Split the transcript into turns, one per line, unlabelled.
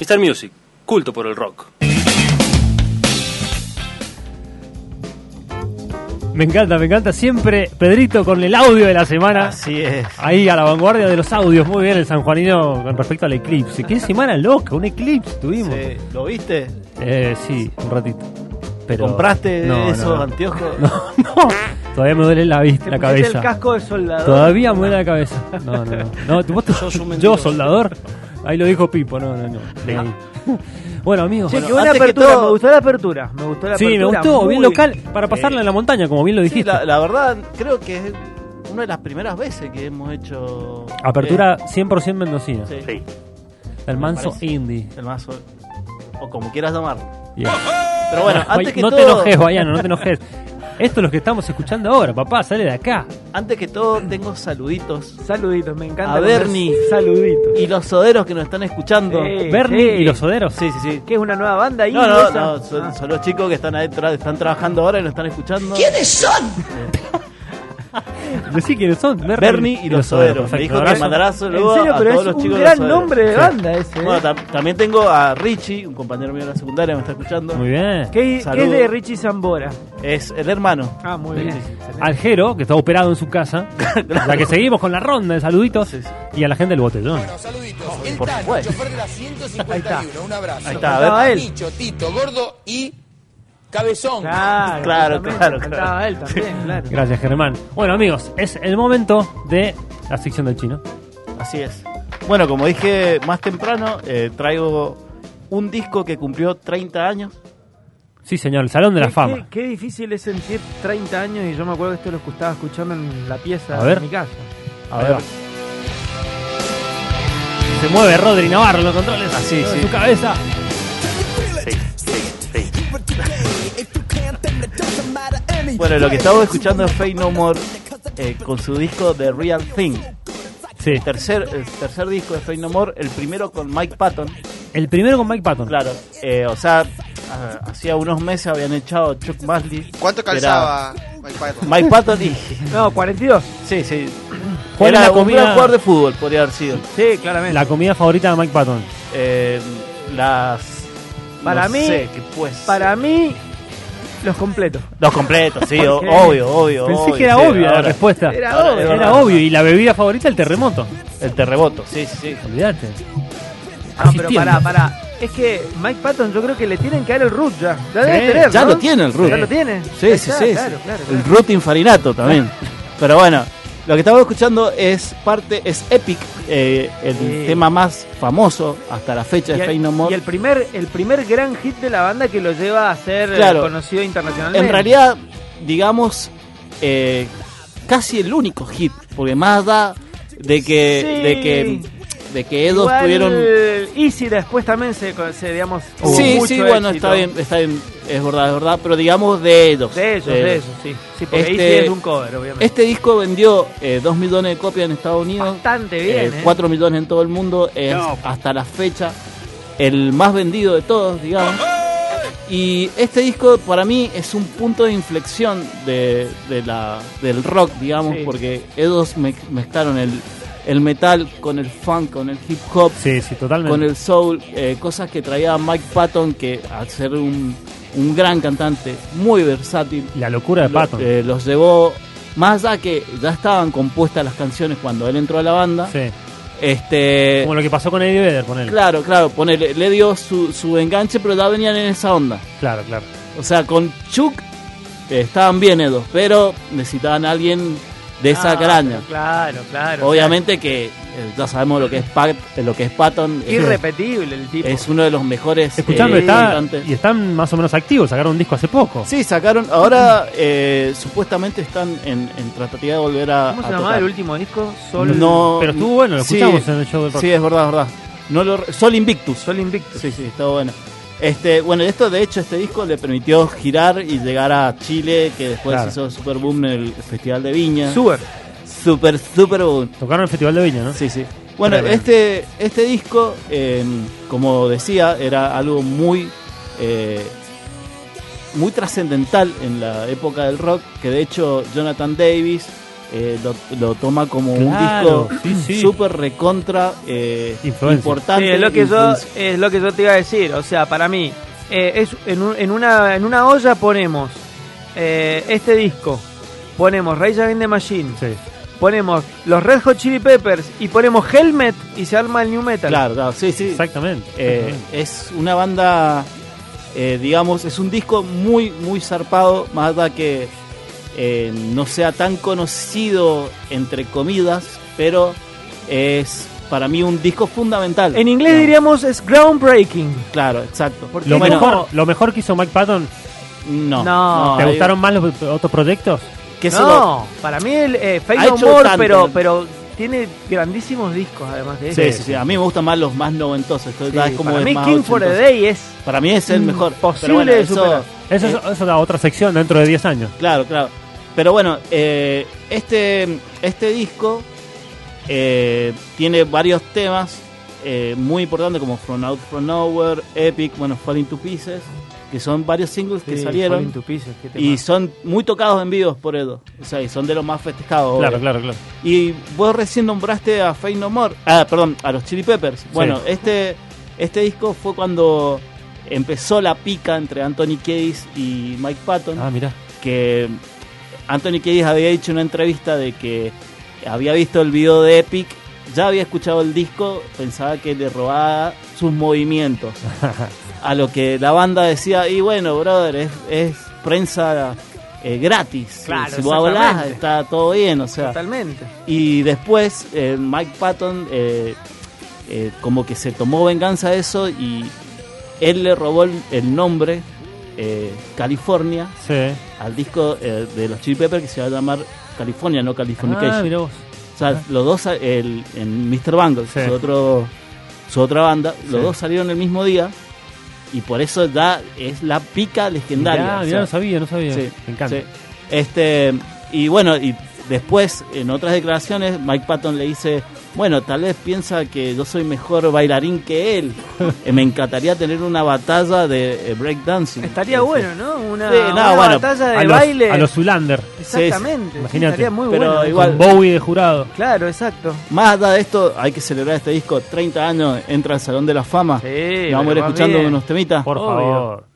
Star Music, culto por el rock.
Me encanta, me encanta. Siempre Pedrito con el audio de la
Ah,
semana.
Así es.
Ahí a la vanguardia de los audios. Muy bien el sanjuanino con respecto al eclipse. Qué semana loca, un eclipse tuvimos.
Sí, ¿Lo viste?
Eh, sí, un ratito. Pero
¿Compraste
No,
esos
no, no.
anteojos?
No, no. Todavía me duele la, vis-
¿Te
la
pusiste
cabeza.
el casco de soldador?
Todavía me duele la cabeza. No, no, no. No, ¿tú- vos te-
Sos un
yo,
mentiroso.
soldador. Ahí lo dijo Pipo, no, no, no. Leí. Bueno, amigos.
Che,
bueno,
qué buena
antes que
apertura,
todo-
me gustó la apertura. Me gustó la
sí, me
apertura,
gustó.
muy-
Bien local. Para pasarla
Sí.
en la montaña, como bien lo
Eh, Sí,
dijiste.
la, la verdad, creo que es una de las primeras veces que hemos hecho.
Apertura 100% mendocina.
Eh, sí,
Sí.
El manso
parece.
indie.
el mazo. O como quieras llamarlo.
Yeah.
Pero bueno,
Guay-
antes que
no
todo.
te enojes, Bayano, no te enojes. Esto es lo que estamos escuchando ahora, papá, sale de acá.
Antes que todo, tengo saluditos.
Saluditos, me encanta.
A
cuando-
Bernie.
Saluditos.
Y los soderos que nos están escuchando.
Sí.
Bernie
sí.
y los soderos.
Sí, sí, sí.
¿Qué es una nueva banda ahí? Ah.
No, no, no, son,
Ah.
son los chicos que están ahí, tra- están trabajando ahora y nos están escuchando. ¿Quiénes?
Decí quiénes son. Bernie,
Bernie y los soderos. Me
perfecto.
dijo que
Abrazo.
mandará
En
saludos
serio,
a
pero
todos
es
los
un
chicos de los
gran
soderos.
nombre de
Sí.
banda ese. ¿eh?
Bueno, tam- también tengo a Richie, un compañero mío de la secundaria, me está escuchando.
Muy bien.
¿Qué, qué es
Saludos.
de Richie Zambora?
Es el hermano.
Ah, muy bien. Excelente.
Aljero, que está operado en su casa. La que seguimos con la ronda de saluditos.
Sí, sí.
Y a la gente del botellón.
Bueno, saluditos. el
por
Tano,
supuesto.
chofer de la 151. Un abrazo.
Ahí está, a ver.
Faltaba él.
Nicho, Tito, Gordo y Cabezón.
Claro,
Claro,
justamente,
claro,
faltaba
claro.
él también, claro.
Gracias, Germán. Bueno, amigos, es el momento de la sección del chino.
Así es. Bueno, como dije más temprano, eh, traigo un disco que cumplió 30 años.
Sí, señor, el Salón de la
Qué-
Fama.
Qué, qué difícil es sentir 30 años y yo me acuerdo que esto lo estaba escuchando en la pieza
A ver.
de mi casa.
A ver. Se mueve Rodri Navarro, los controles.
Así,
en
Ah, sí.
su cabeza.
Bueno, lo que estamos escuchando es Fey No More eh, con su disco The Real Thing.
Sí.
Tercer, el tercer disco de Fey No More, el primero con Mike Patton.
El primero con Mike Patton.
Claro, eh, o sea, ah, hacía unos meses habían echado a Chuck Masley.
¿Cuánto
que era
calzaba Mike Patton?
Mike Patton y.
No, 42.
Sí, sí.
¿Cuál es
era
la
un gran
comida-
jugador de fútbol, podría haber sido.
Sí, claramente.
La comida favorita de Mike Patton.
Eh, las.
Para
no
mí-
sé, que pues.
Para mí, los completos.
Los completos, sí, o-
Porque-
obvio, obvio.
Pensé
obvio,
que era
sí,
obvia la
ahora.
respuesta.
Era
Ahora,
obvio.
Era obvio. Y la bebida favorita, el terremoto.
El terremoto, sí, sí. sí.
Olvídate.
Ah, pero
Asistiendo.
pará, pará. Es que Mike Patton yo creo que le tienen que dar el root ya. Ya
Sí,
debe tener,
Eh, ya
¿no?
lo tiene el root.
Ya lo tiene.
Sí,
Ahí
sí,
está,
sí.
Claro,
sí.
claro.
El
claro.
root infarinato también. Pero bueno, lo que estamos escuchando es parte, es Epic, eh, el
Sí.
tema más famoso hasta la fecha
Y
de Fey
el,
No More.
y el primer, el primer gran hit de la banda que lo lleva a ser eh,
Claro.
conocido internacionalmente.
En realidad, digamos, eh, casi el único hit, porque más da de que,
Sí.
de que, de que ellos
Igual,
tuvieron.
Easy después también se, se digamos, hubo
Sí,
mucho
sí, bueno,
éxito.
está bien, está bien, es verdad, es verdad, pero digamos de ellos.
De ellos,
de
de ellos, sí. Sí, porque
Eh, Este-
Easy es un cover, obviamente.
Este disco vendió eh, 2 millones de copias en Estados Unidos,
Bastante bien,
eh,
eh.
4 millones en todo el mundo, es
pues.
hasta la fecha el más vendido de todos, digamos. Y este disco para mí es un punto de inflexión de, de la, del rock, digamos,
Sí.
porque ellos me- mezclaron el, el metal con el funk, con el hip hop,
Sí, sí, totalmente.
con el soul, eh, cosas que traía Mike Patton, que al ser un, un gran cantante, muy versátil,
La locura de
lo-
Patton.
eh, los llevó más allá que ya estaban compuestas las canciones cuando él entró a la banda.
Sí.
Este,
Como lo que pasó con Eddie Vedder, ponele.
eh, claro, claro, ponele, le dio su, su enganche, pero ya venían en esa onda.
Claro, claro.
O sea, con Chuck eh, estaban bien ellos, pero necesitaban a alguien de esa
Ah,
caraña.
pero Claro, claro.
Obviamente que eh, ya sabemos lo que es Pat, eh, lo que es Patton.
claro.
Es,
Irrepetible el tipo.
es uno de los mejores.
Escuchando,
eh,
está,
cantantes.
y están más o menos activos. Sacaron un disco hace poco.
Sí, sacaron. Ahora eh, supuestamente están en, en tratativa de volver a.
¿Cómo se
a
llamaba
tocar.
el último disco? Sol,
No,
Pero estuvo bueno, lo
sí,
escuchamos en el show del rock.
Sí, es verdad, es verdad. No lo re- Sol Invictus.
Sol Invictus.
Sí, sí, está bueno. Este, bueno, esto de hecho este disco le permitió girar y llegar a Chile, que después
Claro.
hizo super boom en el Festival de Viña.
Sugar.
super super boom.
Tocaron en el Festival de Viña, ¿no?
Sí, sí. Bueno,
Tremendo.
este este disco, eh, como decía, era algo muy eh, muy trascendental en la época del rock, que de hecho Jonathan Davis eh, lo, lo toma como
Claro,
un
sí,
disco
sí.
súper recontra eh,
Influencia.
Sí,
importante.
es lo que yo
influencia.
es lo que yo te iba a decir o sea para mí eh, es en, un- en una en una olla ponemos eh, este disco ponemos Rage Against the Machine
Sí.
ponemos los Red Hot Chili Peppers y ponemos Helmet y se arma el new metal
Claro, claro, sí, sí.
Exactamente.
Eh, es una banda, eh, digamos, es un disco muy, muy zarpado, más allá que eh, no sea tan conocido, entre comidas, pero es para mí un disco fundamental.
en inglés
Digamos.
diríamos es groundbreaking
Claro, exacto.
Porque-
lo,
bueno,
mejor, lo mejor que hizo Mike Patton.
No.
No.
¿Te
hay-
gustaron más los otros proyectos?
Que se lo-
no para mí el eh, Fate
Ha
No
hecho
More,
tanto.
pero pero tiene grandísimos discos además de
Sí,
eso
sí, sí. A mí me gustan más los más noventosos. Esto ya es como
para
es
mí
más
King for a
ochentoso.
Day es
Para mí es el mejor.
Imposible
Pero bueno,
de
eso-
superar.
Eh.
Eso, es- eso da otra sección dentro de 10 años.
Claro, claro. Pero bueno, eh, este, este disco eh, tiene varios temas eh, muy importantes como From Out From Nowhere, Epic, bueno, Falling to Pieces, que son varios singles que
Sí, Falling
salieron
to Pieces, qué tema.
y son muy tocados en vivos por Edo. O sea, y son de los más festejados.
Claro,
obvio.
claro, claro.
Y vos recién nombraste a Faith No More, ah, perdón, a los Chili Peppers. Bueno, este, este disco fue cuando empezó la pica entre Anthony Kiedis y Mike Patton
Ah, mirá.
que Anthony Kiedis había dicho en una entrevista de que había visto el video de Epic, ya había escuchado el disco, pensaba que le robaba sus movimientos. A lo que la banda decía, y bueno, brother, es, es prensa eh, gratis.
Claro,
si vos hablás,
exactamente.
está todo bien, o sea.
totalmente
Y después eh, Mike Patton eh, eh, como que se tomó venganza de eso y él le robó el, el nombre eh, California
Sí.
al disco eh, de los Chili Peppers que se va a llamar California, no
Ah,
Californication.
mirá vos.
o sea, los dos, eh, el, en Mr. Bungle,
Sí.
su, otro, su otra banda, los
Sí.
dos salieron el mismo día y por eso da, es la pica legendaria.
Mirá,
o
mirá,
sea,
no sabía, no sabía.
Sí,
Me encanta.
sí. Este, y bueno, y después, en otras declaraciones, Mike Patton le dice, bueno, tal vez piensa que yo soy mejor bailarín que él. Eh, Me encantaría tener una batalla de eh, breakdancing.
Estaría
Este,
bueno, ¿no? Una,
Sí, no,
una
bueno,
batalla de
A los,
baile.
a los Zulander.
Exactamente.
Imagínate.
Estaría muy
Pero
bueno.
igual-
Con Bowie de jurado.
Claro, exacto.
Más allá de esto, hay que celebrar este disco. 30 años, entra al Salón de la Fama.
Sí,
Y vamos a ir
pero más
escuchando
bien.
unos temitas.
Por
Obvio.
favor.